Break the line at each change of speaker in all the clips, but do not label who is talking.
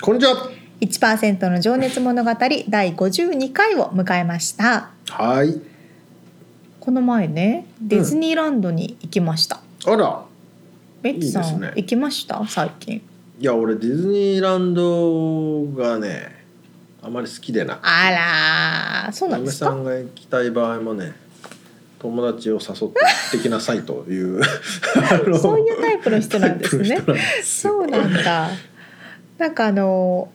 こんにちは。
1%の情熱物語第52回を迎えました
はい。
この前ねディズニーランドに行きました、
あら、
ベッツさん
いいですね
行きました最近
いや俺ディズニーランドがね、あまり好きでな。
あらーそうなん
嫁
です
さ
か
んが行きたい場合もね、友達を誘って行ってきなさいという
そういうタイプの人なんですね
タイプの人なんですよ
そうなんだなんかあの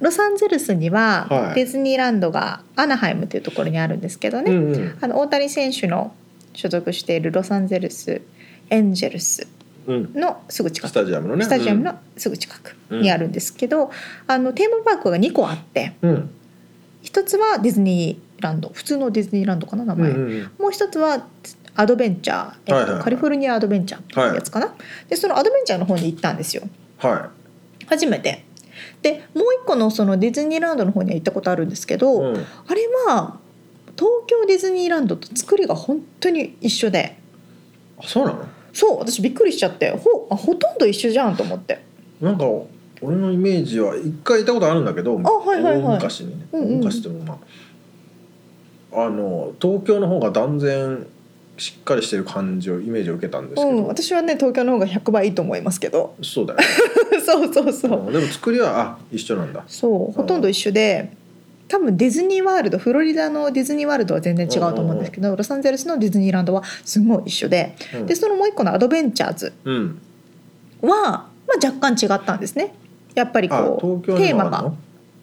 ロサンゼルスには
はい
ディズニーランドがアナハイム というところにあるんですけど
う
ね、
んうん
あの大谷選手の所属しているロサンゼルスエンジェルス
うん。
のすぐ近
ス
く
タジアムのね。
スタジアムのすぐ近くにあるんですけど、あのテーマパークが2個あって
うん。うん。
1つはディズニーランド普通のディズニーランドかな名
うんう
前、
んうん。
もう一つはアドベンチャー、えっと
はいはいはい
カリフォルニアアドベンチャーっていうやつかな、でそのアドベンチャーの方に行ったんですよ
は
初めてでもう一個のそのディズニーランドの方には行ったことあるんですけ
い。
ど、
う
あ
ん。
れは東京ディズニーランドと作りが本当に一緒で
あそうなの？
そう私びっくりしちゃってほあほとんど一緒じゃんと思って
なんか俺のイメージは一回行ったことあるんだけど、
あはいはいはい
大昔にね、
うんうん
大昔でもまああの東京の方が断然しっかりしてる感じをイメージを受けたんですけ
う
ど、
ん私はね東京の方が100倍いいと思いますけど
そうだよ、
そうそうそう、
ね、でも作りはあ一緒なんだ。
そうほとんど一緒で多分ディズニーワールドフロリダのディズニーワールドは全然違うと思うんですけどロサンゼルスのディズニーランドはすごい一緒で
うん
でそのもう一個のアドベンチャーズ
うん、
は、まあ、若干違ったんですねやっぱり
あ
こ
東
う
京
テー
にも
マ
ある
が
の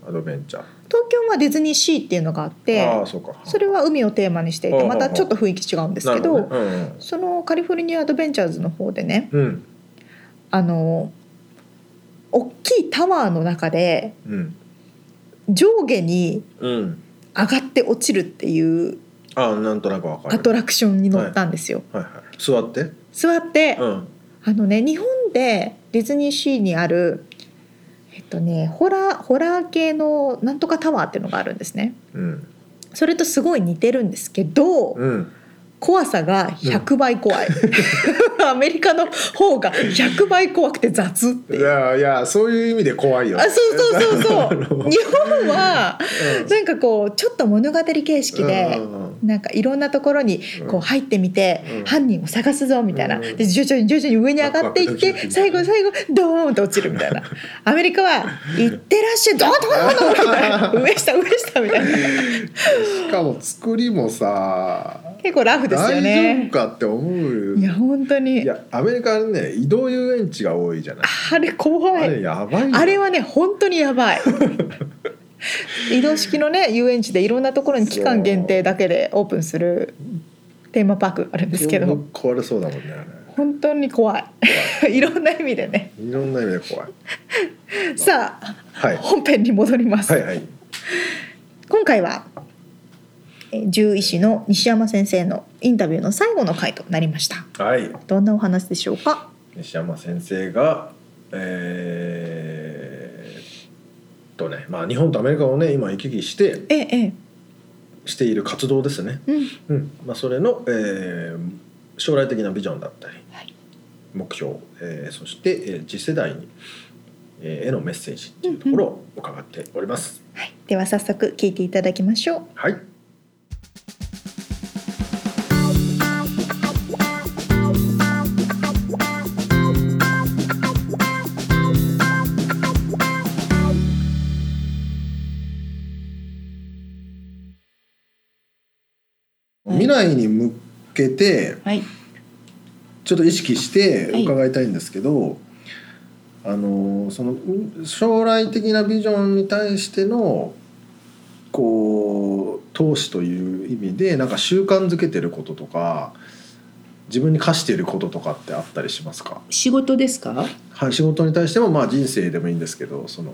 アドベンチャー。
東京はディズニーシーっていうのがあって
ああそうか。
それは海をテーマにしてい
あ
て
あ
またちょっと雰囲気違うんですけど
なるほね
そのカリフォルニアアドベンチャーズの方でね
うんうん
あの大きいタワーの中で
うん
上下に
うんうん。
上がって落ちるっていう
あなんとなくわか
ア
る。
トラクションに乗ったんですよ。
はいはい。座って。
座って、
うん
あのね日本でディズニーシーにあるえっとねホラーホラー系のなんとかタワーっていうのがあるんですね。
うん
それとすごい似てるんですけど、
うん。
怖さが100倍怖い。 アメリカの方が100倍怖くて雑って
い
いう。
やいやそういう意味で怖いよ
あ
ね。
そうそうそうそう
あの
日本は
うん
なんかこうちょっと物語形式で
うんうん
なんかいろんなところにこう入ってみて、
うん
犯人を探すぞみたいな、
うん
で徐々に徐々に上に上がっていっ
ワクワクドキドキ
て
みた
最
い
後
な
最後ドーンと落ちるみたいなアメリカは「行ってらっしゃいドーンドーンドーン」みたいな上下上下みたいな
うんしかも作りもさ、
結構ラフですよ
大丈夫
ね。
かって思う
いや本当に
いやアメリカはね移動遊園地が多いじゃない、
あれ怖
あ
い
れやばいよ
あれはね本当にやばい移動式のね遊園地でいろんなところに期間限定だけでオープンするテーマパークがあるんですけど
壊れそうだもんねあ
本当に怖いいろんな意味でね
れいろんな意味で怖い
さあ
はい
本編に戻ります、
はいはい
今回はえー獣医師の西山先生のインタビューの最後の回となりました
はい
どんなお話でしょうか
西山先生がえー、っとねまあ日本とアメリカをね今行き来して
えええ
している活動ですね
えうん
うんまあ、それの、えー将来的なビジョンだったり、
はい
目標、えーそして、えー次世代に、えーへのメッセージっていうところを伺っております。
はい、では早速聞いていただきましょう
はい、未来に向けて
はい
ちょっと意識して
はい
伺いたいんですけど、あのそのうん将来的なビジョンに対してのこう投資という意味でなんか習慣づけてることとか自分に課していることとかってあったりしますか、
仕事ですか
はい、仕事に対してもまあ人生でもいいんですけどその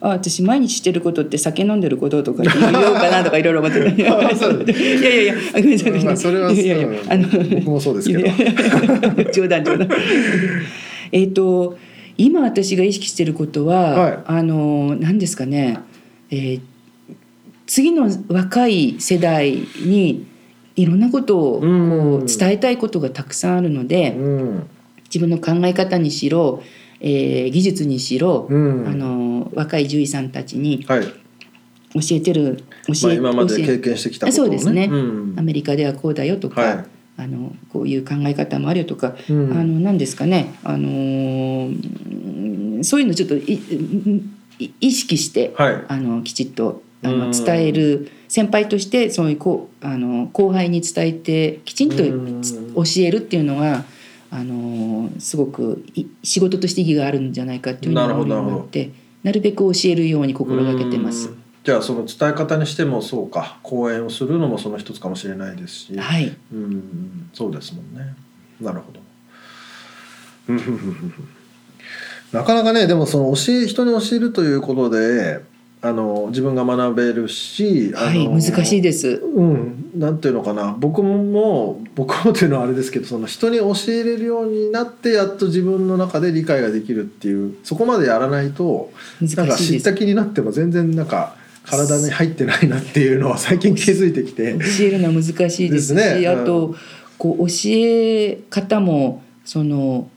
あ私毎日してることって酒飲んでることとかって言おうかなとかいろいろ思ってたいや
そう
いやいやあごめんなさいごめん
まあ
なさ
そ
い
れはい
やいやいやあの
うん僕もそうですけ
い
ど
や。いや冗談冗談えっと今私が意識してることは、
はい
あの何ですかね、えー次の若い世代にいろんなことをこ
うん
う伝えたいことがたくさんあるので、
うん
自分の考え方にしろ、えー技術にしろ、
うん
あの若い獣医さんたちに
はい
教えてる
ま
教
あ、
え,、
今まで
教え
経験してきたことを、ね、
そうですね
ん
アメリカではこうだよとか、
は
あのこういう考え方もあるよとか
い、うん
あの何ですかね、あのーそういうのちょっといい意識して
はい、
あのきちっとあ
う
の
ん
伝える先輩としてそういうこうあの後輩に伝えてきちんと
うん
つ教えるっていうのが、あのーすごくい仕事として意義があるんじゃないかっていうの
なる
を
ほど
思ってなるべく教えるように心がけてま
う
す
ん。じゃあその伝え方にしてもそうか講演をするのもその一つかもしれないですし、
はい、
うんそうですもんねなるほどうんふんふんふんふんなかなかねでもその教え人に教えるということであの自分が学べるし、あ
はい、
の
難しいです。
うん、なんていうのかな僕ももう僕もっていうのはあれですけどその人に教えれるようになってやっと自分の中で理解ができるっていうそこまでやらないとなん
難
か
しい
知
で
っ
す。
た気になっても全然なんか体に入ってないなっていうのは最近気づいてきて。
教えるのは難しいですし
ですねうん
あとこう教え方もその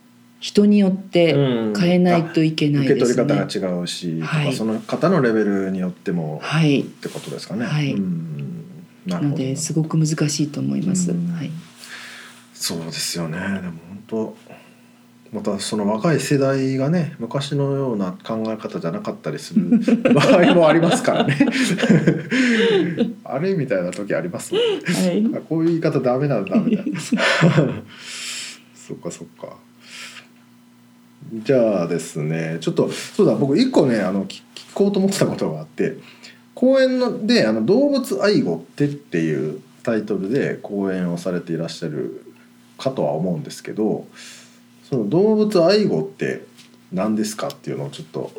人によって変えないといけな
受
い
け
で
取り
すね。
方が違うし、とか
はい
その方のレベルによっても
はい、
ってことですかね。
はい
うんなるほどな
のですごく難しいと思います。
うん
はい、
そうですよねでも本当またその若い世代がね昔のような考え方じゃなかったりす る場合もありますからね あれみたいな時ありますね
はい、
あこういう言い方ダメなんだみたいなそっかそっかじゃあですねちょっとそうだ僕一個ねあの聞聞こうと思ってたことがあって公演のであの「動物愛護って」っていうタイトルで講演をされていらっしゃるかとは思うんですけどその動物愛護って何ですかっていうのをちょっと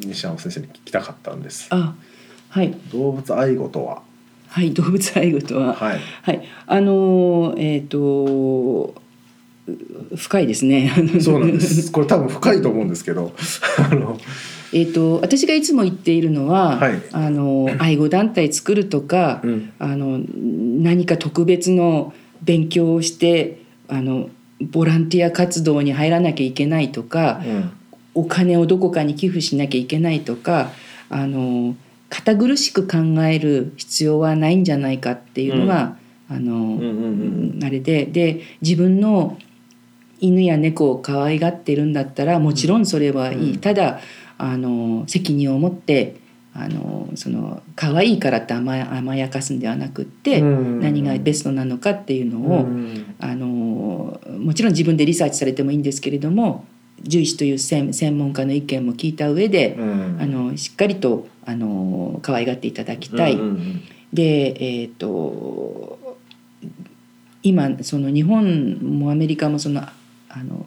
西山先生に聞きたかったんです。
あ、はい、
動物愛護とは、
はい、動物愛護とは、
はい、
はい、あのーえっ、とう深いですね。
そうなんです。 これ多分深いと思うんですけど、あの、
えっと私がいつも言っているのは、
はい
あの愛護団体作るとか、
うん、
あの何か特別の勉強をしてあのボランティア活動に入らなきゃいけないとかお金をどこかに寄付しなきゃいけないとかあの堅苦しく考える必要はないんじゃないかっていうのが、あの、
うん、うん、うん、
あれでで自分の犬や猫を可愛がってるんだったらもちろんそれはいい、
うん
ただあの責任を持ってあのその可愛いからって甘や甘やかすんではなくって、
うん
何がベストなのかっていうの
ト
を、あのもちろん自分でリサーチされてもいいんですけれども獣医師という専専門家の意見も聞いた上で、あのしっかりとあの可愛がっていただきたい。でえっ、と今その日本もアメリカもそのあの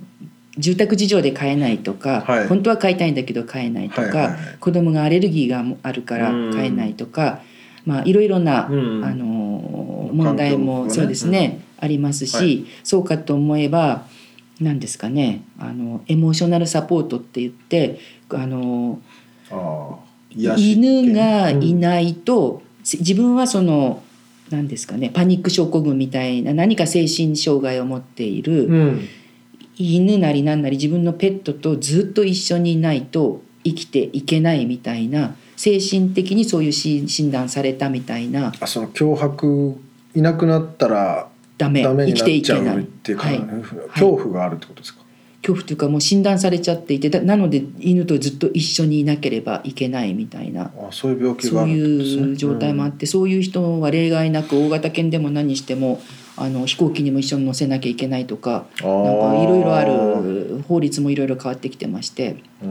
住宅事情で買えないとか、
はい
本当は買いたいんだけど買えないとか、
はいはいはい
子供がアレルギーがあるから買えないとか、まあいろいろな、
うん
あの
環境
問題も
とかね
そうですね、ありますし、
はい
そうかと思えば何ですかねあのエモーショナルサポートって言ってあの
ああ、癒し
犬がいないと、せ自分はその何ですかねパニック症候群みたいな何か精神障害を持っている、
うん、
犬なりなんなり自分のペットとずっと一緒にいないと生きていけないみたいな精神的にそういうし診断されたみたいな
あ、その脅迫いなくなったら
ダメ
ダメ
生
に
き
な
てい
っち
け
ゃ
な
うっ
い
ていうか、
はい、
恐怖があるってことですか。
恐怖というかもう診断されちゃっていてだなので犬とずっと一緒にいなければいけないみたいな
あ、そういう病気
そ
があ
う
るってことですね。
いう状態もあって、そういう人は例外なく大型犬でも何してもあの飛行機にも一緒に乗せなきゃいけないとか
なん
なんかいろいろある法律もいろいろ変わってきてまして
な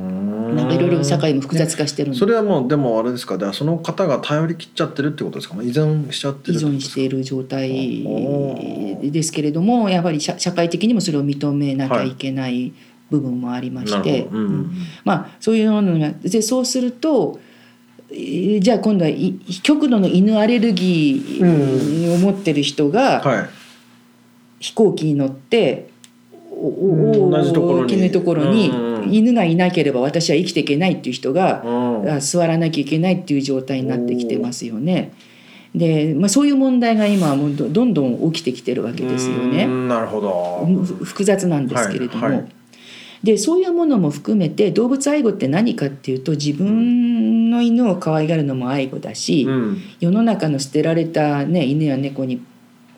なんかいろいろ社会も複雑化してるんで
それはもうでもあれですかだからその方が頼り切っちゃってるってことですか、ね、依存しちゃって
依
るってこと
存
です
し
か
ている状態
おー
ですけれどもやはり社社会的にもそれを認めなきゃいけない部分もありまして、
なるほどうん
うんまあそういうようなのがでそうするとえーじゃあ今度はい極度の犬アレルギーを持ってる人が
はい
飛行機に乗ってお
う
お
ん同じところに
大きなところ
うんうん
に犬がいなければ私は生きていけないっていう人が
うん
あ座らなきゃいけないっていう状態になってきてますよね。で、まあ、そういう問題が今もうどどんどん起きてきてるわけですよ
う
ね。
んなるほど
ふ複雑なんですけれども。
はいはい
でそういうものも含めて動物愛護って何かっていうと自分の犬を可愛がるのも愛護だし、
うん
世の中の捨てられた、ね、犬や猫に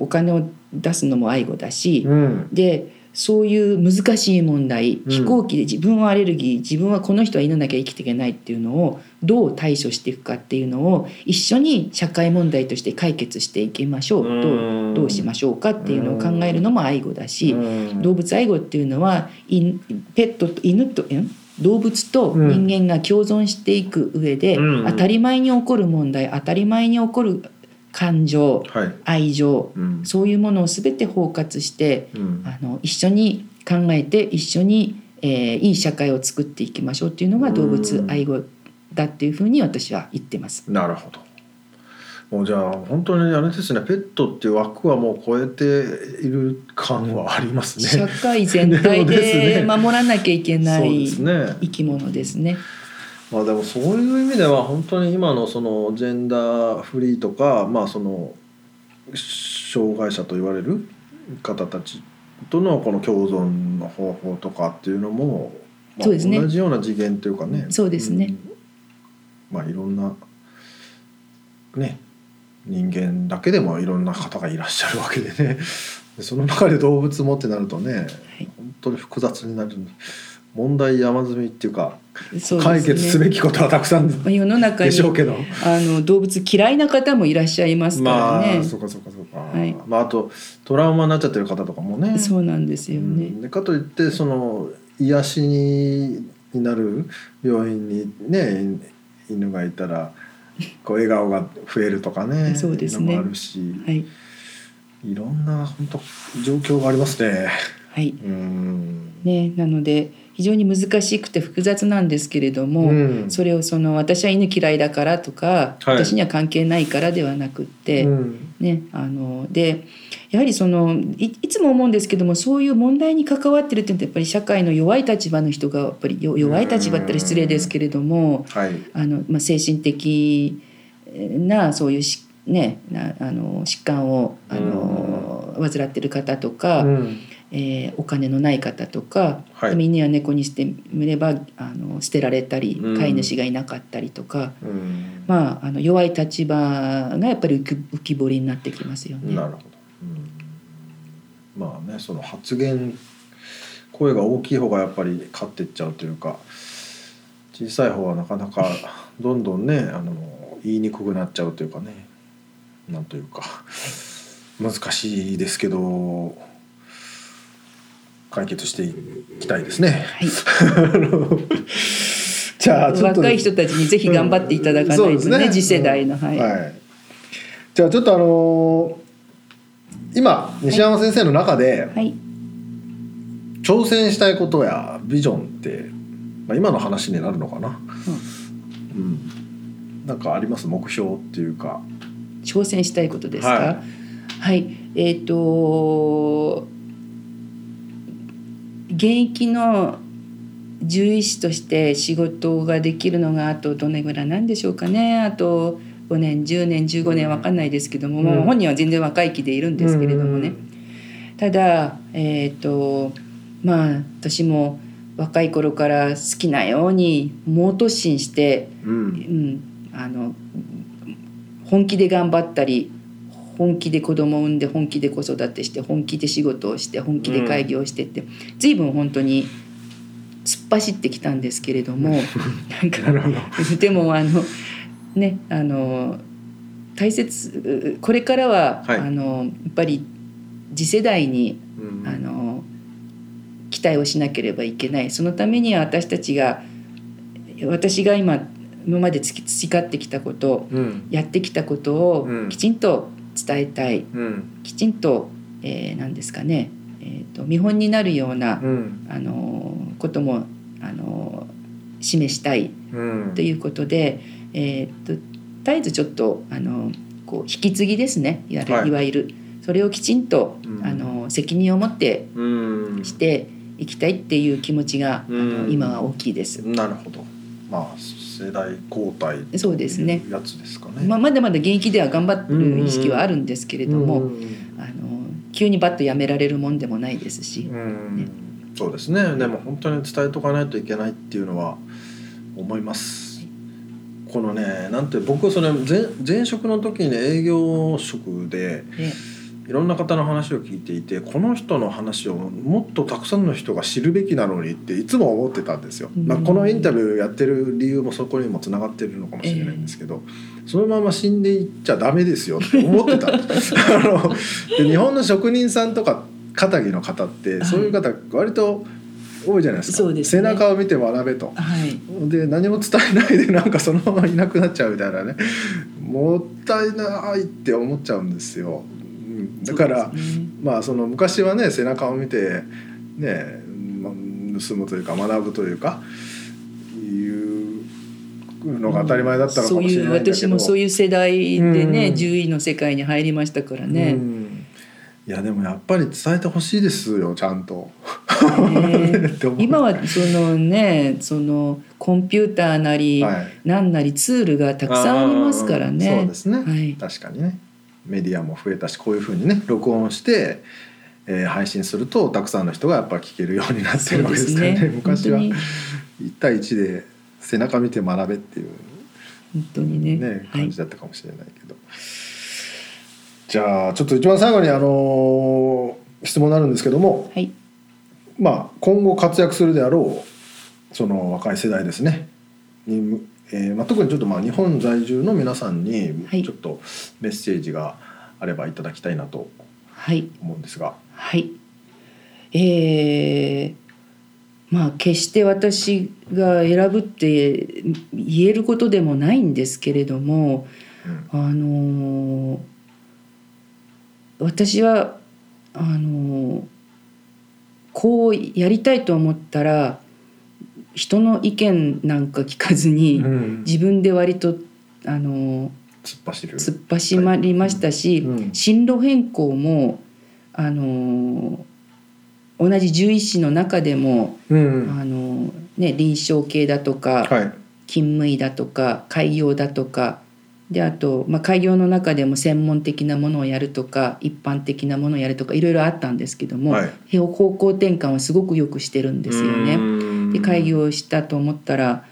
お金を出すのも愛護だし、
うん
でそういう難しい問題
うん
飛行機で自分はアレルギー自分はこの人は犬なきゃ生きていけないっていうのをどう対処していくかっていうのを一緒に社会問題として解決していきましょうと
ん
どうしましょうかっていうのを考えるのも愛護だし
うん
動物愛護っていうのは犬ペットと犬とん動物と人間が共存していく上で
うん
当たり前に起こる問題当たり前に起こる感情
はい
愛情
うん
そういうものを全て包括して
うん
あの一緒に考えて一緒に、えーいい社会を作っていきましょうっていうのが動物愛護だっていうふうに私は言ってます。
なるほどもうじゃあ本当にあれですねペットっていう枠はもう超えている感はありますね
社会 全
で
体
もですね
で守らなきゃいけな
そう
い
ですね
生き物ですね。
まあでもそういう意味では本当に今のそのジェンダーフリーとかまあその障害者と言われる方たちとのこの共存の方法とかっていうのも、まあ
そうですね
同じような次元というかね
そうですね、
うんまあいろんなね人間だけでもいろんな方がいらっしゃるわけでね でその中で動物もってなるとね、
い
本当に複雑になる問題山積みっていうか。
そうですね
解決すべきことはたくさん
まあ世の中
で
に
しょうけど。
あの動物嫌いな方もいらっしゃいますから
ま
ね。
あ、そうかそうかそうか。
はい
まあ、あとトラウマになっちゃってる方とかもね。
そうなんですよ
う
ね。
んでかといってその癒しになる病院にね犬がいたらこう笑顔が増えるとかね
そうですね
のもあるし
はい
いろんな本当状況がありますね。
はい
うん。
ねなので非常に難しくて複雑なんですけれども。
うん
それをその私は犬嫌いだからとか、
はい
私には関係ないからではなくって、
うん
ね、あのでやはりそのいいつも思うんですけどもそういう問題に関わってるってやっぱり社会の弱い立場の人がやっぱりよ弱い立場って言ったら失礼ですけれども
はい。
あの、まあ、精神的なそういうし、ね、なあの疾患をあの患ってる方とか、
うん
えーお金のない方とか、
はい
でも犬や猫にしてみればあの捨てられたり
うん
飼い主がいなかったりとか、
うん
まあ、あの弱い立場がやっぱり浮き浮き彫りになってきますよね。
なるほど、うんまあねその発言声が大きい方がやっぱり勝ってっちゃうというか小さい方はなかなかどんどんねあの言いにくくなっちゃうというかねなんというか難しいですけど解決していきたいですね。
はい、
あのじゃあちょっと
若い人たちにぜひ頑張っていただかないとね,、
うんそうですね
次世代の、はい
はい、じゃあちょっとあのー今西山先生の中で
はい
挑戦したいことやビジョンって、まあ、今の話になるのかな、うん、なんかあります目標っていうか
挑戦したいことですか、
は
はいえっ、と現役の獣医師として仕事ができるのがあとどのぐらいなんでしょうかねあと5年10年15年わかんないですけども、
うん
もう本人は全然若い気でいるんですけれどもね、ただえっ、とまあ私も若い頃から好きなように猛突進して
うん、うん
うん、あの本気で頑張ったり本気で子供を産んで本気で子育てして本気で仕事をして本気で会議をしてって、随分本当に突っ走ってきたんですけれどもなんか
なるほど
でもあのねあの大切これからは、
はい
あのやっぱり次世代に
うん
あの期待をしなければいけないそのためには私たちが私が今今までつき培ってきたこと
うん
やってきたことを
うん
きちんと伝えたい、
うん
きちんと、えー、なんですかね、えー、と見本になるような、
うん
あのこともあの示したい
うん
ということで、えー、と絶えずちょっとあのこう引き継ぎですねいわゆる,、
はい
い、わゆるそれをきちんと、
うん
あの責任を持って
うん
していきたいっていう気持ちが、あ
う
の
ん
今は大きいです。
なるほどまあ世代交代ってい
そうですね
やつですかね
まあ、まだまだ現役では頑張ってる意識はあるんですけれども、
うん
あの急にバッとやめられるもんでもないですし、
うんそうですねでも本当に伝えとかないといけないっていうのは思いますこのねなんて僕それ前前職の時に営業職で
で
いろんな方の話を聞いていてこの人の話をもっとたくさんの人が知るべきなのにっていつも思ってたんですよ、
うん
まあ、このインタビューやってる理由もそこにもつながってるのかもしれないんですけど、そのまま死んでいっちゃダメですよって思ってたんです あので日本の職人さんとか肩着の方ってそういう方割と多いじゃないですか、
そうです
背
ね
中を見て学べと。
はい、
で何も伝えないで なんかそのままいなくなっちゃうみたいなねもったいないって思っちゃうんですよ。うんだから、
そうですね
まあその昔はね背中を見てね、まあ盗むというか学ぶというかいうのが当たり前だったのか
そう
もしれ
いう
ないんだけど、
私もそう
い
いう世代でね、
うん
10位の世界に入りましたからね。
いやでもやっぱり伝えてほしいですよちゃんと。
ね
って思う
今はそのねそのコンピューターなり、
はい
なんなりツールがたくさんありますから
あーそう
ね
で。すね、
はい
確かにねメディアも増えたしこういうふうにね録音して、えー配信するとたくさんの人がやっぱ聞けるようになってるわけですからね昔は
本
1対1で背中見て学べっていう
当に本当にね。
ね、
は
感
い
じ。だったかもしれないけど、じゃあちょっと一番最後にあのー質問になるんですけども、
はい。
まあ、今後活躍するであろうその若い世代ですねに、えーまあ、特にちょっとまあ日本在住の皆さんに
はい
ちょっとメッセージがあればいただきたいなと
はい。
思うんですが。
はい。えーまあ決して私が選ぶって言えることでもないんですけれども、
うん
あのー私はあのーこうやりたいと思ったら人の意見なんか聞かずに、自分で割とあのー
突っ走る
突っ走りましたし、
うん
進路変更もあのー同じ獣医師の中でも、
うん
あのーね、臨床系だとか、
はい
勤務医だとか開業だとかであと、まあ、開業の中でも専門的なものをやるとか一般的なものをやるとかいろいろあったんですけども、
はい
方向転換をすごくよくしてるんですよね。
ね
で開業したと思ったら、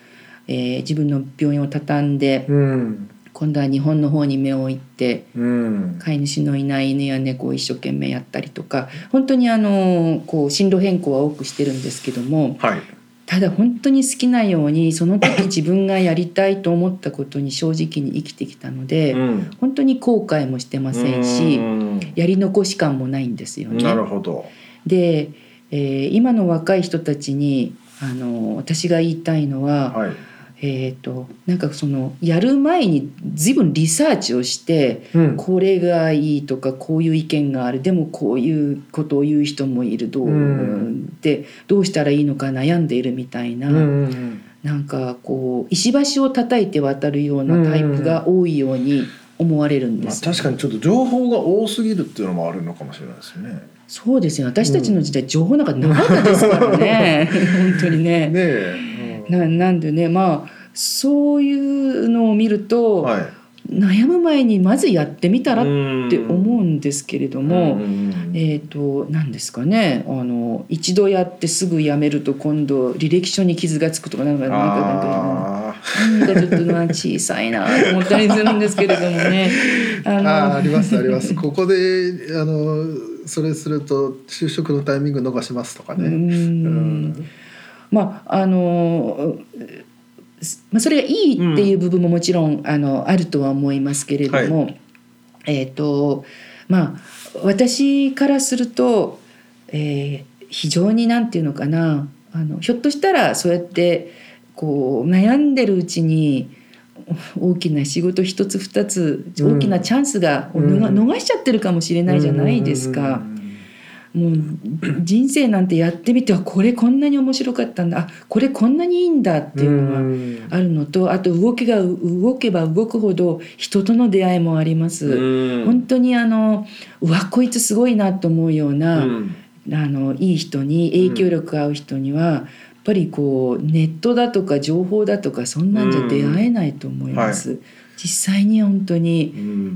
えー自分の病院を畳んで
うん
今度は日本の方に目を置いて
うん
飼い主のいない犬や猫を一生懸命やったりとか本当にあのこう進路変更は多くしてるんですけども、
はい
ただ本当に好きなようにその時自分がやりたいと思ったことに正直に生きてきたので、
うん
本当に後悔もしてませんし、
うん
やり残し感もないんですよね。
なるほど
で、えー今の若い人たちにあの私が言いたいのは、
はい
えっ、となんかそのやる前に随分リサーチをして、
うん
これがいいとかこういう意見があるでもこういうことを言う人もいるどう、
うん
でどうしたらいいのか悩んでいるみたいな。
うんうん
なんかこう石橋を叩いて渡るようなタイプが多いように思われるんで
まあ、
す、
確かにちょっと情報が多すぎるっていうのもあるのかもしれないですね。
そうですよ私たちの時代、情報なんかなかったですか らね本当にね
ねえ、
ななんでねまあそういうのを見ると、
はい、
悩む前にまずやってみたらっ
って
思うんですけれども、
ん
えー、と何ですかねあの一度やってすぐやめると今度履歴書に傷がつくとかなんかなんかなんか
あ
なんかちょっとまあ小さいなと思ったりするんですけれども ね。
ー
あの
あーありますあります。ここであのそれすると就職のタイミング逃しますとか
うー
ね。うんん
まああのすまあそれがいいっていう部分ももちろん、あのあるとは思いますけれども、えっ、とまあ私からすると、えー非常になんていうのかなあのひょっとしたらそうやってこう悩んでるうちにお大きな仕事一つ二つ
うん
大きなチャンスがおのが
うん
逃しちゃってるかもしれないじゃないですか。もう人生なんてやってみてはこれこんなに面白かったんだあこれこんなにいいんだっていうのが
の
あるのとあと動きが動けば動くほど人との出会いもあります。本当にあのうわこいつすごいなと思うような、あのいい人に影響力が合う人には、やっぱりこうネットだとか情報だとかそんなんじゃ出会えないと思います。実際に本当に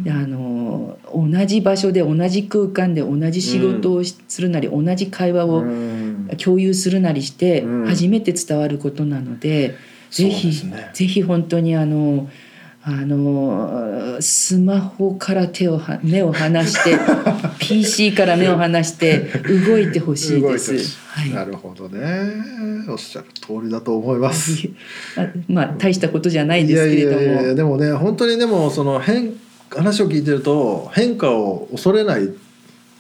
あの同じ場所で同じ空間で同じ仕事をしするなり同じ会話を共有するなりして
うん
初めて伝わることなので、ぜひ、
そうですね
ぜひ本当にあのあのスマホから手をは目を離して PC から目を離して動いてほしいで
動
す
いてほし。
はい
なるほどねおっしゃる通りだと思います。
あまあ大したことじゃないですけれども
いやいやいやでもね本当にでもその変話を聞いてると変化を恐れないっ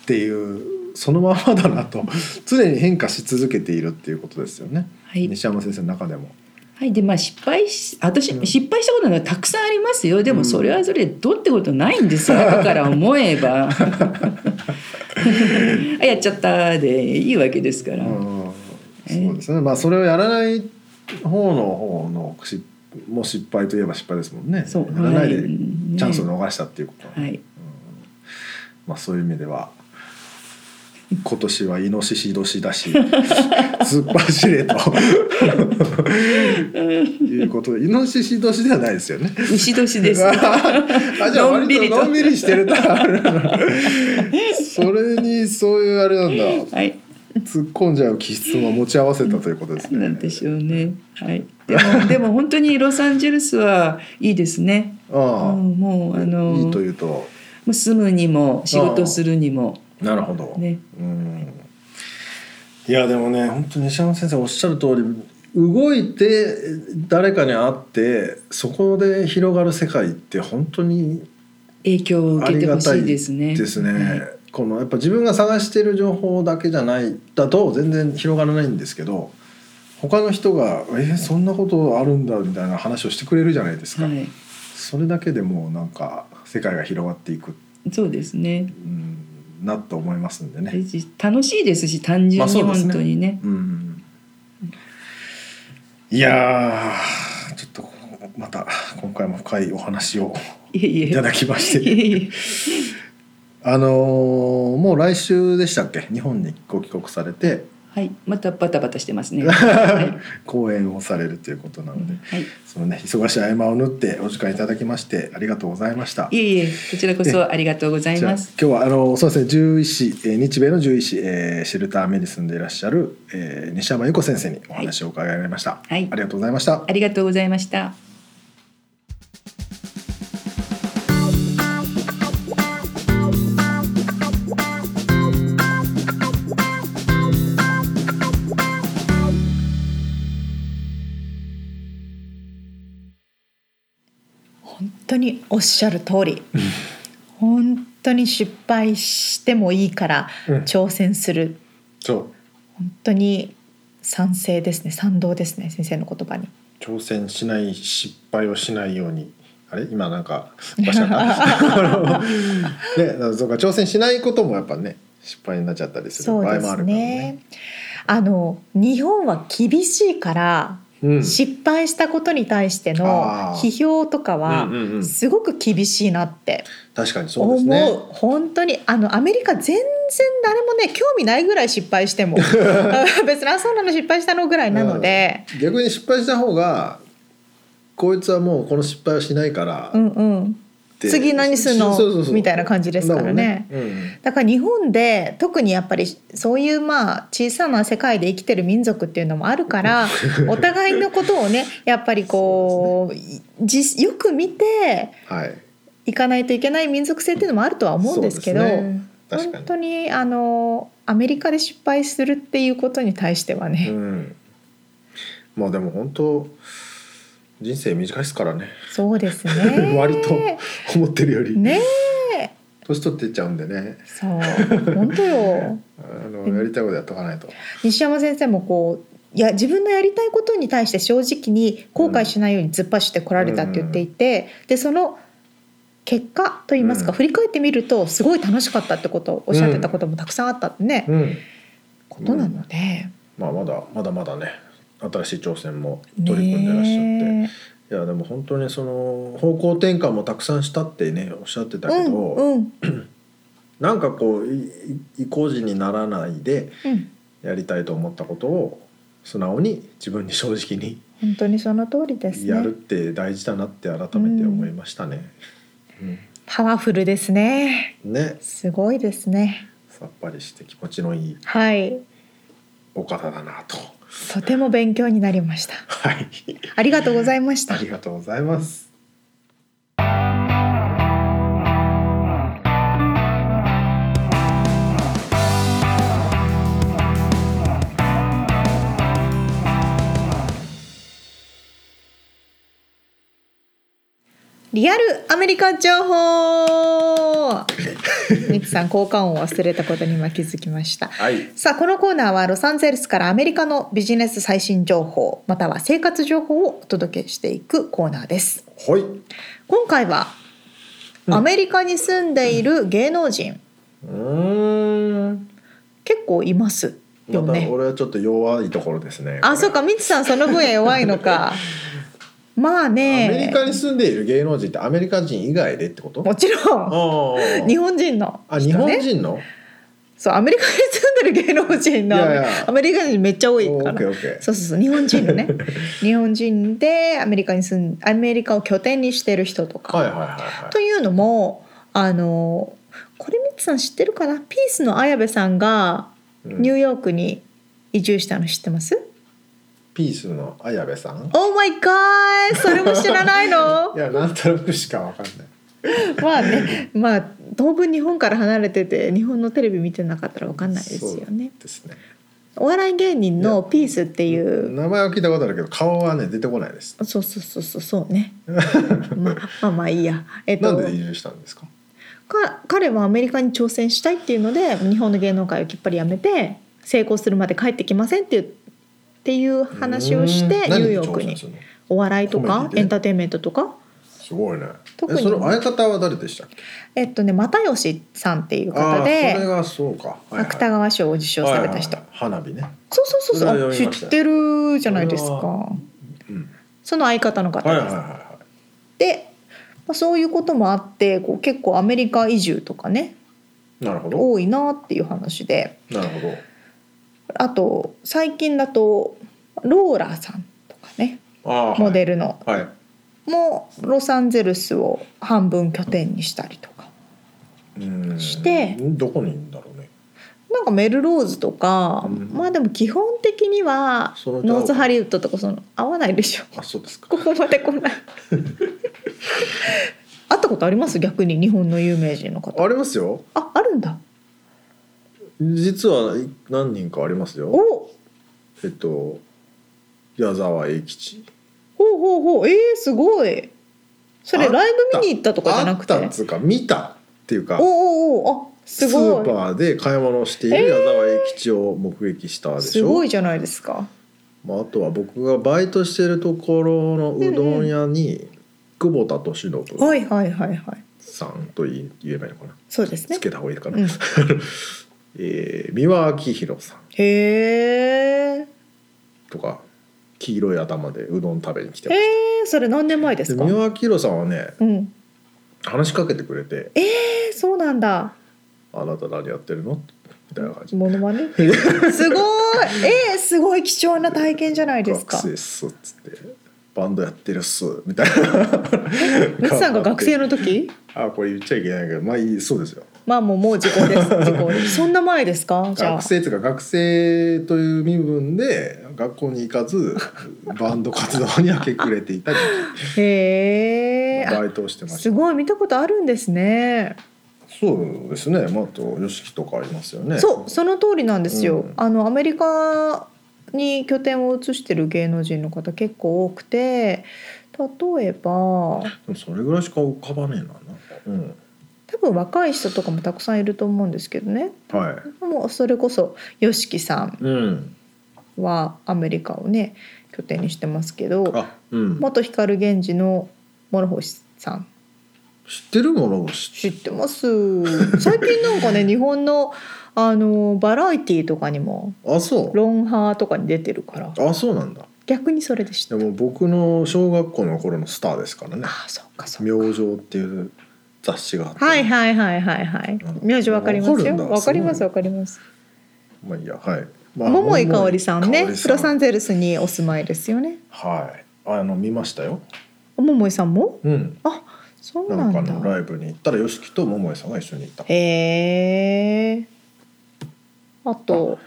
ていうそのままだなと 常に変化し続けているっていうことですよね、
はい、
西山先生の中でも。
はい、でまあ失敗し私、
うん
失敗したことなんかたくさんありますよで
う
も
ん
それはそれでどうってことないんですよ 後から思えば あやっちゃったでいいわけですから、
うんそうですねまあそれをやらない方の方のしもう失敗といえば失敗ですもんね
そう
やらないで
はい
チ
ね
ャンスを逃したっていうことはね、
はい
まあ、そういう意味では今年はイノシシ年だ し突っ走れということでイノシシ年ではないですよね。
牛 年です
あじゃあ
のんび
割
り
と
と
のんびりしてるタイプなのそれにそういうあれなんだ
はい
突っ込んじゃう気質も持ち合わせたということですね。
なんでしょうねはいでもでも本当にロサンゼルスはいいですね
ああ、
うんもうあの
いいと
も
いうと
う住むにも仕事するにも
なるほど。
ね
うんいやでもね本当に西山先生おっしゃる通り動いて誰かに会ってそこで広がる世界って本当に
影響を受
あ
け
り
て
が
ほ
た
し
い
い
で
ですす
ね。
ねはい
このやっぱ自分が探してる情報だけじゃないだと全然広がらないんですけど他の人が「えーそんなことあるんだ」みたいな話をしてくれるじゃないですか、
はい
それだけでもうなんか世界が広がっていく、
そうですね。
うん、なと思いますんでね。
でじ楽しいですし単
ま
純
あそ
に
うですね
本当にね。
うんいやーちょっとまた今回も深いお話を
いえいえ。
いただきまし
いえ
て
いえ
あのーもう来週でしたっけ日本にご帰国されて、
はいまたバタバタしてま すね。は
講演をされるということなので、
い。はい
そのね忙しい合間を縫ってお時間いただきましてありがとうございました。
いえいえこちらこそありがとうござい
じゃあ
ます
今。日はあのそうですね獣医師えー日米の獣医師、えーシェルターメに住んでいらっしゃる、えー西山由子先生にお話を伺いました、
はい
ありがとうございました。
ありがとうございました。
本当におっしゃる通り本当に失敗してもいいから
うん
挑戦する、
そう
本当に賛成ですね賛同ですね先生の言葉に
挑戦しない失敗をしないようにあれ今なんか馬車があの ねそうか挑戦しないこともやっぱね失敗になっちゃったりする
そう
場合
で
も
す
あるからね
ね。あの日本は厳しいから、
うん
失敗したことに対しての
あー
批評とかは
うんうんうん
すごく厳しいなって
確かにそう
思
で
う,、
すね。
本当にあのアメリカ全然誰もね興味ないぐらい失敗して も 別にあそうなの失敗したのぐらいなので、
逆に失敗した方がこいつはもうこの失敗をしないから、
うん、うん
って
次何すんの
そうそうそう
みたいな感じですからね
だもんね
だから日本で特にやっぱりそういうまあ小さな世界で生きてる民族っていうのもあるからお互いのことを ねやっぱりこうじよく見て
うんはい
いかないといけない民族性っていうのもあるとは思うんですけど
そうね確か
本
に
当にあのアメリカで失敗するっていうことに対してはね、
うんまあでも本当人生短いですからね
そうですね
割と思ってるより、
ねえ
年取っていっちゃうんでね
そう本当よ
あのやりたいことやっとかないと
西山先生もこういや自分のやりたいことに対して正直に後悔しないように突っ走ってこられたって言っていて、でその結果といいますか、
うん
振り返ってみるとすごい楽しかったってことおっしゃってたこともたくさんあったってね、
うん
ことなので、
まあまだまだまだね新しい挑戦も
ね
取り組んでらっしゃって、いやでも本当にその方向転換もたくさんしたってねおっしゃってたけど、
うんうん
なんかこういい意向時にならないで
うん
やりたいと思ったことを素直に自分に正直に
本当にその通りです
やるっ
ね
て大事だなって改めて思いましたね。
パワフルですね
うんね
すごいですね
さっぱりして気持ちのいい
はい
お方だなと。
とても勉強になりました
はい、
ありがとうございました
ありがとうございます。
リアルアメリカ情報ミツさん効果音を忘れたことに今気づきました
はい、
さあこのコーナーはロサンゼルスからアメリカのビジネス最新情報または生活情報をお届けしていくコーナーです
はい、
今回は
うん
アメリカに住んでいる芸能人
うーん。
結構います
ま
よ
た
ね
俺はちょっと弱いところですね。こ
あ
れ
そうかミツさんその分野弱いの かまあ
アメ
ね
リカに住んでいる芸能人ってアメリカ人以外でってこと？
もちろん
あ
日本人の
あ日
人
本
ね
人の？
そうアメリカに住んでる芸能人の
いやいや
アメリカ人めっちゃ多い
オ
か
ッケー
ら
オッケ
そうそうそう日本人の ね日本人でアメリカに住んアメリカを拠点にしてる人と
ー。
か、
はいはいはいは
というのもあのこれミツさん知ってるかなピースの綾部さんが
い。うん
ニューヨークに移住したの知ってます、
ピースの綾部さん。
Oh my god それも知らないの
いやなんとなくしかわかんない。
まあねまあ当分日本から離れてて日本のテレビ見てなかったらわかんないですよね
そうですね。
お笑い芸人のピースっていう
名前は聞いたことあるけど顔はね出てこないです。
そうそうそうそうそうね まあまあまあいいやえっ
な
と
んで移住したんですか？
か彼はアメリカに挑戦したいっていうので日本の芸能界をきっぱりやめて成功するまで帰ってきませんっていうっていう話をして
うーん
ニューヨーク。
何で挑戦
に
するの
お笑いと
コメ
か
ディで
エンターテインメントとか
すごいね。
特
え
に
その相方は誰でしたっけ？
えっとね又吉さんっていう
ああ
方
ーそれ
で
がそうか。はいはい
芥川賞を受賞された人、
はいはいはい花火ね。
そうそうそう
それは
そう
読
あ
みまし
知
た
ってるじゃないです
それ
か
うん。
その相方の方です、
はいはいはいは
で、まあ、そういうこともあってこう結構アメリカ移住とかね
い。なるほど。
多いなっていう話で
なるほど。
あと最近だとローラーさんとかね
ああ
モデルの、
はい。はい
もロサンゼルスを半分拠点にしたりとか
うーん
して
どこにいるんだろうね。
なんかメルローズとか、
うん
まあでも基本的には
その他は
ノーズハリウッドとかその合わないでしょ
あそうですか。
ここまで来 ない会ったことあります逆に日本の有名人の方
ありますよ。
ああるんだ
実はい何人かありますよ。
お
えっと矢沢永吉。
ほうほうほうえー、すごいそれ
あった
ライブ見に行ったとかじゃなくて
あったっつうか見たっていうか。
おうおうおうあ
ス
す
ー
ごい
パーで買い物をしている矢沢永吉を目撃したでし
す
ょ、
ごいじゃないですか
まあ、あとは僕がバイトしてるところのうどん屋に久保田敏信
はいはいはいはい
さんと言い言えばいいのかな
そうですね
つけた方がいいかな、
うん
えー三輪明宏さん
へえ
とか黄色い頭でうどん食べに来て
へ
まし
えそれ何年前で
た
す
で
か
三
う
輪明宏さんはね
ん
話しかけてくれて
えー、そうなんだ
「あなた何やってるの?」みたいな感じ
モノマ ネすごいえー、すごい貴重な体験じゃないですか
学生っす」っつって「バンドやってるっす」みたいな
ムツさんが学生の時
あこれ言っちゃいけないけどまあいいそうですよ
まあもうもう時効 です時効ですそんな前ですかじゃあ
学生っていうか学生という身分で学校に行 かずバンド活動に明け暮れていたり
へえ
バイトをしてまし
す
た
ごい見たことあるんですね
そうですねまああと YOSHIKI とかいますよね
そうその通りなんですよ、
うん
あのアメリカに拠点を移してる芸能人の方結構多くて例えば
でもそれぐらいしか浮かばねえななんかうん
多分若い人とかもたくさんいると思うんですけどね
は
もうそれこそ YOSHIKI さん
い。うん。
はアメリカをね拠点にしてますけど
あ、うん。
元光源氏の諸星さん
知ってるものを知っ
知ってます 最近なんかね日本のあのバラエティーとかにも
あ、そ
ロンハーとかに出てるから
う。あ、そうなんだ。
逆にそれで知
で
った
も僕の小学校の頃のスターですからね。
ああそうかそうか
明星っていう雑誌があって。
はいはいはいはいはい
うん
名字わかります
わかる
よ
んだ
わかります
すごい
わかります
まあいいや、はい。まあ
桃井かおりさんね
桃井
ロサンゼルスにお住まいですよね
はい。あの見ましたよ。
桃井さんも
うん。
あそう
な
なんん
か
だ
のライブに行ったら、よしきと桃井さんが一緒に行った。
へえ。あと、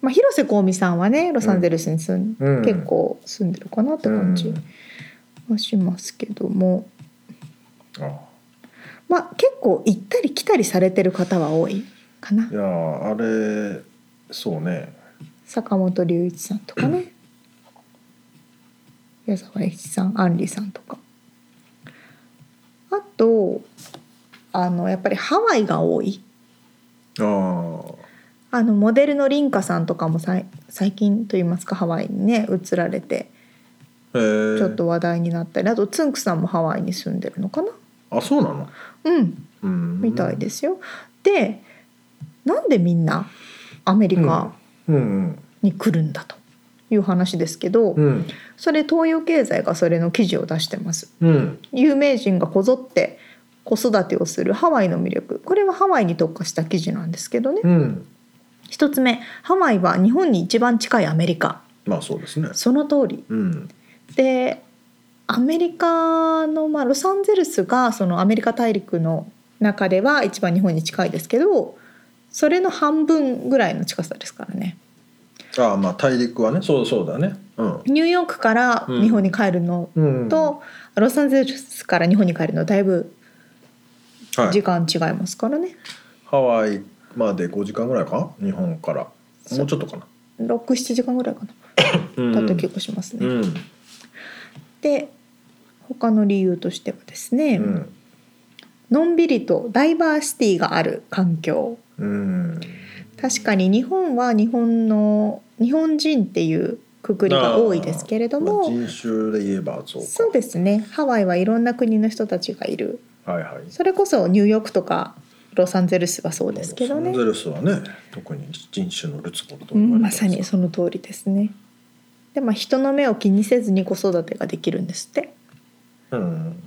まあ、広瀬香美さんはねロサンゼルスに住ん、
うん
結構住んでるかなって感じ
うん
はしますけども、
あ
まあ、結構行ったり来たりされてる方は多いかない
やー、あれ。そうね。
坂本龍一さんとかね矢沢永吉さん杏里さんとかあとあのやっぱりハワイが多い。
ああ。
あのモデルのリンカさんとかもさい最近といいますかハワイにね移られて
へえ。
ちょっ。と話題になったりあとツンクさんもハワイに住んでるのかな
あ、そうなの。
うん
うん。
みたいですよ。でなんでみんなアメリカ
うん
に来るんだという話ですけど、
うんうん
それ東洋経済がそれの記事を出してます。
うん
有名人がこぞって子育てをするハワイの魅力これはハワイに特化した記事なんですけどね
うん
一つ目ハワイは日本に一番近いアメリカ
まあそうですね
その通り
うん
でアメリカの、まあ、ロサンゼルスがそのアメリカ大陸の中では一番日本に近いですけどそれの半分ぐらいの近さですからね
ああまあ大陸はねそうそうだねうん
ニューヨークから日本に帰るの
うん
と、ロサンゼルスから日本に帰るのだいぶ
はい
時間違いますからね、
ハワイまで5時間ぐらいか日本からもうちょっとかな
67時間ぐらいかな
うん
だった気がしますね。
うん
で他の理由としてはですね、
うん
のんびりとダイバーシティがある環境
うん
確かに日本は日本の日本人っていうくくりが多いですけれど
まあ
も
人種で言えばそうか
そうですねハワイはいろんな国の人たちがいる
はいはい
それこそニューヨークとかロサンゼルスはそうですけどね
ロサンゼルスはね特に人種のルツボと
う
言わ
ん
れ
ま
て
さにその通りですね。でまあ人の目を気にせずに子育てができるんですって
うん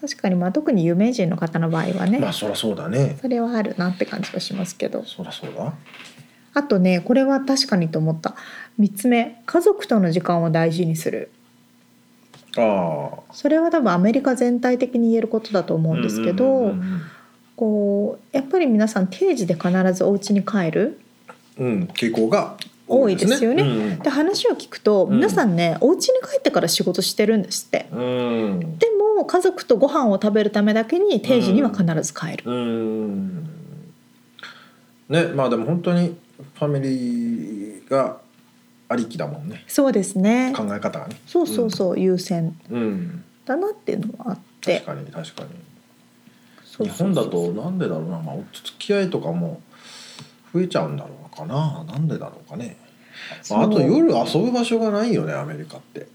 確かにまあ特に有名人の方の場合はね、
まあそりゃそうだね
それはあるなって感じはしますけど
そりゃそうだ
あとねこれは確かにと思った3つ目家族との時間を大事にする
ああ
それは多分アメリカ全体的に言えることだと思うんですけど、
うんうん
こうやっぱり皆さん定時で必ずお家に帰る
うんうん傾向が
多いですよね
うん
で話を聞くと
うん
皆さんね、お家に帰ってから仕事してるんですって
うん
でも家族とご飯を食べるためだけに定時には必ず帰る、
うんねまあでも本当にファミリーがありきだもんね
そうですね
考え方がね
そうそうそう、優先
うん
だなっていうのはあって
確かに確かに
そう
日
そうそう
本だとなんでだろうな、まあ、お付き合いとかも増えちゃうんだろうかななんでだろうかね、まあ、あと
そう
夜遊ぶ場所がないよねアメリカって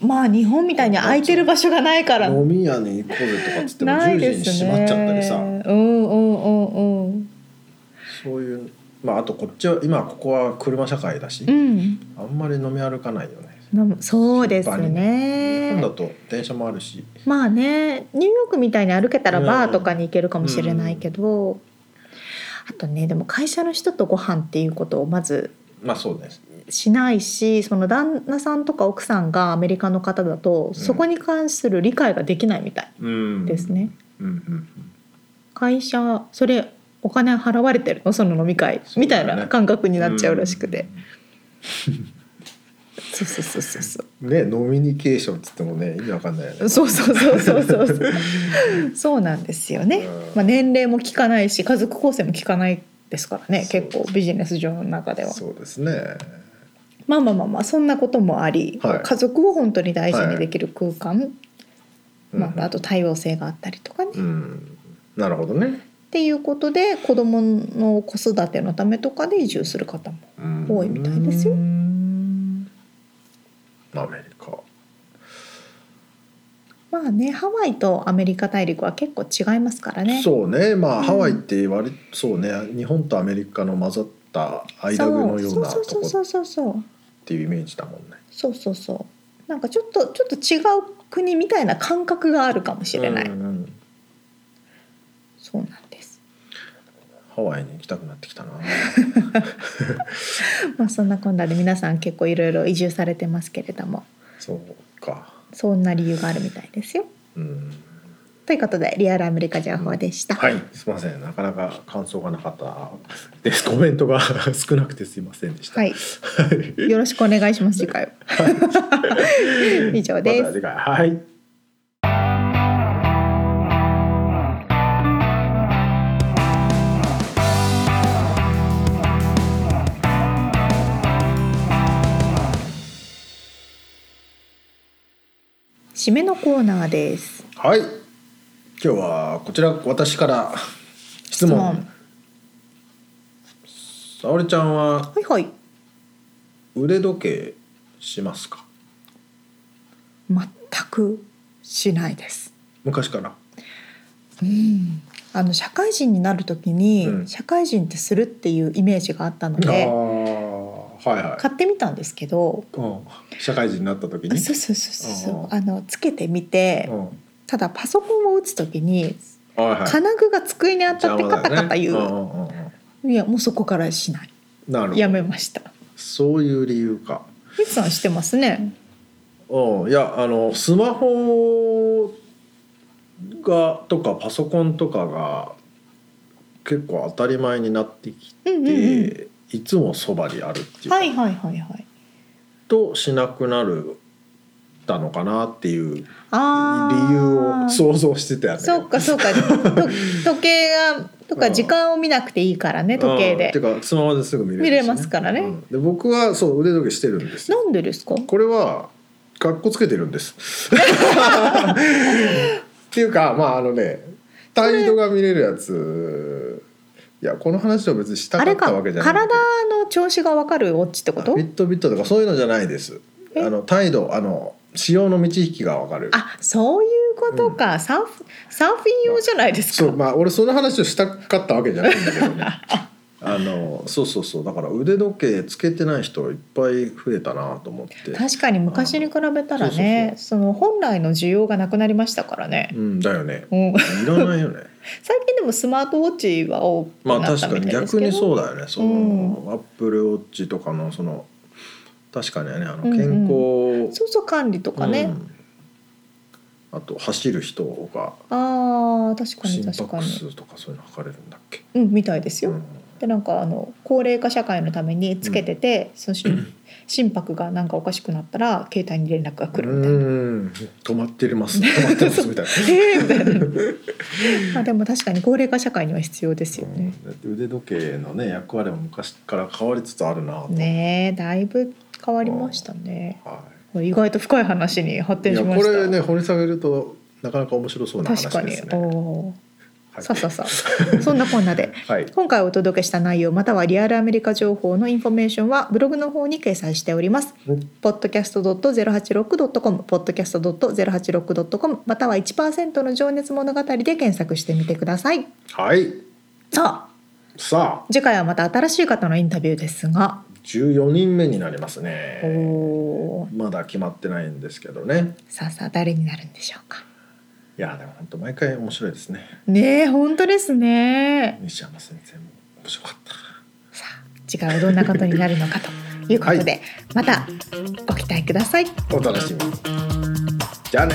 まあ日本みたいに空いてる場所がないから
飲み屋に行こうぜとかっつっても
ない
10時
で
に
すね。
閉まっちゃったりさ、
うんうんうんうん。
そういうまああとこっちは今ここは車社会だし、
うん、
あんまり飲み歩かないよね
飲むそうです
日本だ
ね。
と電車もあるし
まあね、ニューヨークみたいに歩けたら
うん
バーとかに行けるかもしれないけど、あとね、でも会社の人とご飯っていうことをまず
まあそうです
しないし、その旦那さんとか奥さんがアメリカの方だと、そこに関する理解ができないみたい
うん
ですね。
うんうん
会社それお金払われてるのその飲み会、みたいな感覚になっちゃうらしくて、そうそうそうそうそう。
うんねノミニケーションっつってもね意味わかんないよね
そうそうそうそうそうそう そうなんですよね
うん、
まあ、年齢も聞かないし家族構成も聞かないですからね
そう
結構ビジネス上の中では
そうですね
まあまあまあまあそんなこともあり、
はい
家族を本当に大事にできる空間、まあ、あ
と
と多様性があったりとかね、
うんなるほどね。
っていうことで子どもの子育てのためとかで移住する方も
うん
多いみたいですよ
うーんアメリカ。
まあねハワイとアメリカ大陸は結構違いますからね
そうね、まあ、
うん
ハワイって割りそうね、日本とアメリカの混ざった間ぐのような
そう
と
そう
こ
そう
っ
そうそう
ていうイメージだもんね。
そうそうそうなんかちょっとちょっと違う国みたいな感覚があるかもしれない、
うんうん
そうなんです
ハワイに行きたくなってき たな。
まあそんなこんなで皆さん結構いろいろ移住されてますけれども
そうか。
そんな理由があるみたいですよ
うん。
ということでリアルアメリカ情報でした、
はい、すみません、なかなか感想がなかったです。コメントが 少なくてすいませんでした。
はい、よろしくお願いします次回は 以上です
また次回はい。
締めのコーナーです
はい。今日はこちら私から質問。沙織ちゃんは
はいはい
腕時計しますか。
全くしないです
昔から。
うんあの社会人になる時に、
うん
社会人ってするっていうイメージがあったので
ああ、はいはい。
買ってみたんですけど
うん社会人になった時に。
そうそうそうそう
あ
あのつけてみて
うん
ただパソコンを打つ時に
はいはい。
金具が机に当たってカタカタ言
邪魔だ
う、
よねんんん
いやもうそこからしない
うんなるほ
や
ど。
めました
そういう理由か。
みつさんしてますね
うん、いやあのスマホがとかパソコンとかが結構当たり前になってき
うんうん
て、
うん
いつもそばにあるっていうか、
はいはいはいはい
としなくなるたのかなっていう理
あー
由を想像してたよね。
そうかそうかと時計がと
う
か
ん
時間を見なくていいからね時計
うん
で
てかスマホですぐ見れる
見
し
れますから
う
ね
んで僕はそう腕時計してるんですよ。
なんでですか
これは格好つけてるんです。っていうかまああのね態度が見れるやついやこの話を別にした
あ
か
れ
っ
か
たわけじゃない
体の調子がわかるウォッチってこと
フィットビットとかそういうのじゃないです。あ
え
の態度あの使用の道引きがわかる。
あそういうことか、サーフサーフィン用じゃないですか、
そうまあ俺その話をしたかったわけじゃないんだけどね。あのそうそうそうだから腕時計つけてない人いっぱい増えたなと思って。
確かに昔に比べたらねその本来の需要がなくなりましたからね、
うんだよね。
うん、
いらないよね。
最近でもスマートウォッチは多く
まあ
なっ
確
た
か
み
に
たいです
逆
けど、
にそうだよねその、
う
アップルウォッチとかのその確かにねあの
うんうん
健康、
そうそう管理とか
う
ね、
んあと走る人が
ああ確か
心
に確か
拍
に
数とかそういうの測れるんだっけ、
うんみたいです
う
よ、
ん、
でなんかあの高齢化社会のためにつけてて、その心心拍がなんかおかしくなったら携帯に連絡が来るみたいな。
うん止まってます 止まってますみたいな
えーみたいなまあでも確かに高齢化社会には必要ですよね。
うんだって腕時計のね役割も昔から変わりつつあるなと、
ねえだいぶ変わりましたね。
は
これ意外と深い話に発
い、
展
いや
しま
こ
した。
れね掘り下げるとなかなか面白そうな話
確か
で
に
すね。
おー
はい
さあさあさあそんなこんなで
はい
今回お届けした内容またはリアルアメリカ情報のインフォメーションはブログの方に掲載しております
うん
podcast.086.com podcast.086.com または1%の情熱物語で検索してみてください
はい
さあ
さあ
次回はまた新しい方のインタビューですが
14人目になりますね。
おー
まだ決まってないんですけどね
さあさあ誰になるんでしょうか
いやでも本当毎回面白いですね
ねえ本当ですね
西山先生も面白かった
さあ次回はどんな方になるのかということで、またご期待ください
お楽しみにじゃあね